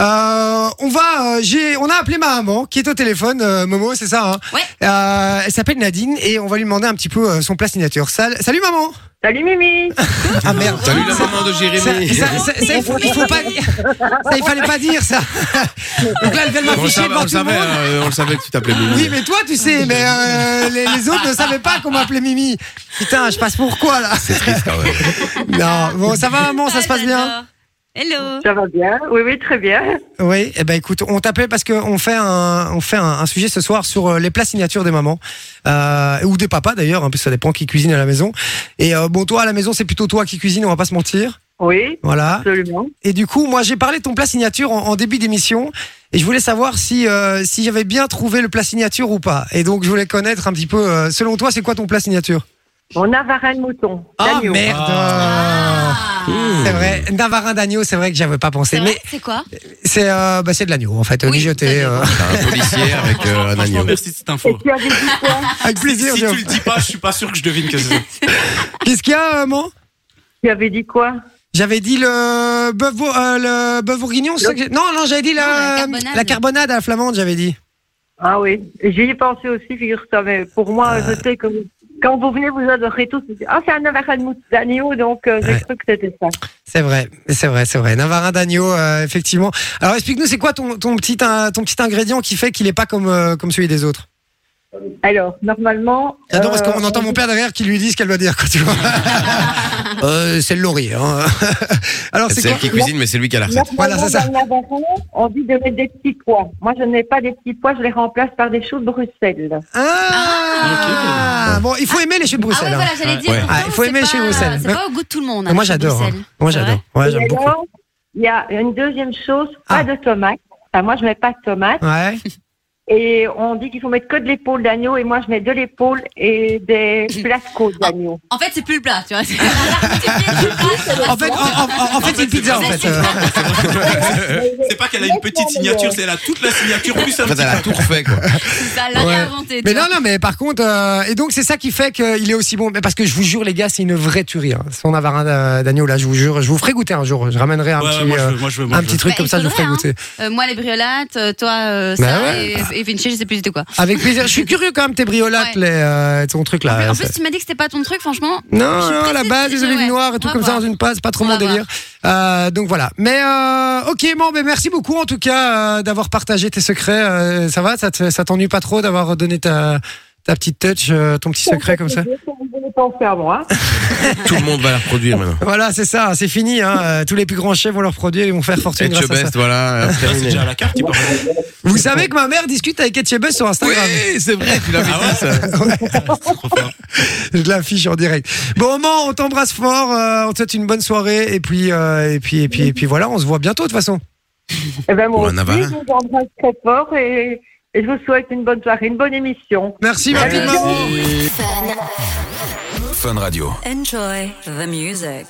Euh, on va, euh, j'ai, on a appelé ma maman qui est au téléphone, euh, Momo, c'est ça. Hein Ouais. Euh, elle s'appelle Nadine et on va lui demander un petit peu euh, son plat signature. Sal- Salut maman. Salut Mimi Ah merde. Salut la maman de Ça, Jérémy. ça- ça- ça, il, faut, il faut pas dire- ça, il fallait pas dire ça. Donc là, elle vient de On le m'afficher savait, devant on tout le le savait, monde. euh, on le savait que tu t'appelais Mimi. Oui, mais toi, tu sais, mais euh, les, les autres ne savaient pas qu'on m'appelait Mimi. Putain, je passe pour quoi là C'est triste quand même. Non, bon, ça va, maman, ça se passe bien Hello. Ça va bien Oui, oui, très bien. Oui, eh ben écoute, on t'appelait parce qu'on fait un, on fait un, un sujet ce soir sur euh, les plats signatures des mamans euh, ou des papas d'ailleurs, hein, parce que ça dépend qui cuisine à la maison. Et euh, bon, toi à la maison, c'est plutôt toi qui cuisine, on va pas se mentir, Oui, voilà. absolument. Et du coup, moi j'ai parlé de ton plat signature en, en début d'émission et je voulais savoir si euh, si j'avais bien trouvé le plat signature ou pas. Et donc je voulais connaître un petit peu. euh, selon toi, c'est quoi ton plat signature On a varin de mouton. Ah d'agneau. merde. euh, C'est vrai, Navarin d'agneau, c'est vrai que j'avais pas pensé, Ah. C'est mais Ah vrai C'est quoi Ah c'est euh, bah, c'est de l'agneau en fait, Oui, mijoté. c'est de l'agneau. euh, T'as un policier avec euh, un Franchement, agneau. merci de cette Et Oh, info. tu avais dit quoi avec plaisir. Si je- tu le dis pas, je suis pas sûr que je devine que c'est ça. Qu'est-ce qu'il y a, maman Tu avais dit quoi J'avais dit le bœuf, bour- euh, le bœuf bourguignon, c'est ça que j'ai- Non, non, j'avais dit la, Non, la carbonade. la carbonade à la flamande, j'avais dit. Ah oui, j'y ai pensé aussi, figure-toi, mais pour moi, Ah. je sais que vous- quand vous venez, vous adorez tous. Vous dites, Ah, c'est un varin de mouton d'agneau, donc euh, j'ai Ouais. cru que c'était ça. C'est vrai, c'est vrai, c'est vrai. Navarin d'agneau, euh, effectivement. Alors explique-nous, c'est quoi ton, ton, petit, in- ton petit ingrédient qui fait qu'il n'est pas comme, euh, comme celui des autres Alors, normalement... J'adore parce euh, qu'on entend mon père derrière qui lui dit ce qu'elle doit dire, quoi, tu vois. Euh, c'est le laurier. hein. Alors C'est c'est quoi celle qui cuisine, mais c'est lui qui a la recette. Voilà, normalement, c'est ça. dans le Navarro, on dit de mettre des petits pois. Moi, je n'ai pas des petits pois, je les remplace par des choux de Bruxelles. ah, Bon, il faut aimer les choux de Ah ouais, Bruxelles. hein. voilà, j'allais dire. Ouais. pourtant, Ah, il faut c'est aimer pas- chez Bruxelles. C'est Mais- pas au goût de tout le monde. hein, Moi chez j'adore. hein. Bruxelles. Moi C'est vrai j'adore. Ouais, Et j'aime beaucoup. alors, il y a une deuxième chose, pas Ah. de tomates. Enfin, moi, je mets pas de tomates. Ouais. Et on dit qu'il faut mettre que de l'épaule d'agneau. Et moi, je mets de l'épaule et des placos Ah, d'agneau. En fait, c'est plus le plat, tu vois. C'est la petite pièce du plat, c'est En fait, en, en- en- en fait, c'est une pizza en fait. euh. C'est pas qu'elle a une petite signature, c'est elle a toute la signature plus un En fait, petit elle a tout refait, quoi. ça, elle l'a Ouais. réinventé, tu Mais vois. non, non, mais par contre, euh, et donc c'est ça qui fait qu'il est aussi bon. Mais parce que je vous jure, les gars, c'est une vraie tuerie. Hein. Son avarin d'a- d'agneau, là, je vous jure, je vous ferai goûter un jour. Je ramènerai un Ouais, petit, ouais, moi, je euh, veux, moi, je veux, moi, un je petit veux. truc Bah, comme il ça, je vous ferai faudrait, goûter. Euh, moi, les briolates, euh, toi, euh, Bah ça, ouais. et, et Vinci, je sais plus c'était quoi. Avec plaisir. Je suis curieux quand même, tes briolates, hein. Ouais. les, euh, ton truc En plus- là. en c'est- plus, tu m'as dit que c'était pas ton truc, franchement. je Non, suis non, la pressée base, de- des olives ouais. noires et tout On va comme ça voir. dans une passe, pas trop On mon va délire. Euh, donc voilà. Mais euh, ok, bon, mais merci beaucoup en tout cas euh, d'avoir partagé tes secrets. Euh, ça va, ça te- ça t'ennuie pas trop d'avoir donné ta, ta petite touch, euh, ton petit secret comme ça Vous voulez penser à moi. Tout le monde va la reproduire maintenant. Voilà, c'est ça, c'est fini. Hein. Euh, Tous les plus grands chefs vont leur produire et vont faire fortune Et grâce à ça. Best, voilà. Là, C'est déjà à la carte, il parle. Vous savez que ma mère discute avec Etchebest sur Instagram. Oui, c'est vrai, tu l'as mis Ah ouais ça. C'est trop fort. Je l'affiche en direct. Bon, moment, on t'embrasse fort. euh, on te souhaite une bonne soirée. Et puis, euh, et puis, et puis, et puis voilà, on se voit bientôt de toute façon. Et ben, Pour moi un aussi, avarin. je vous embrasse très fort et, et je vous souhaite une bonne soirée, une bonne émission. Merci, ma petite maman. Enjoy the music.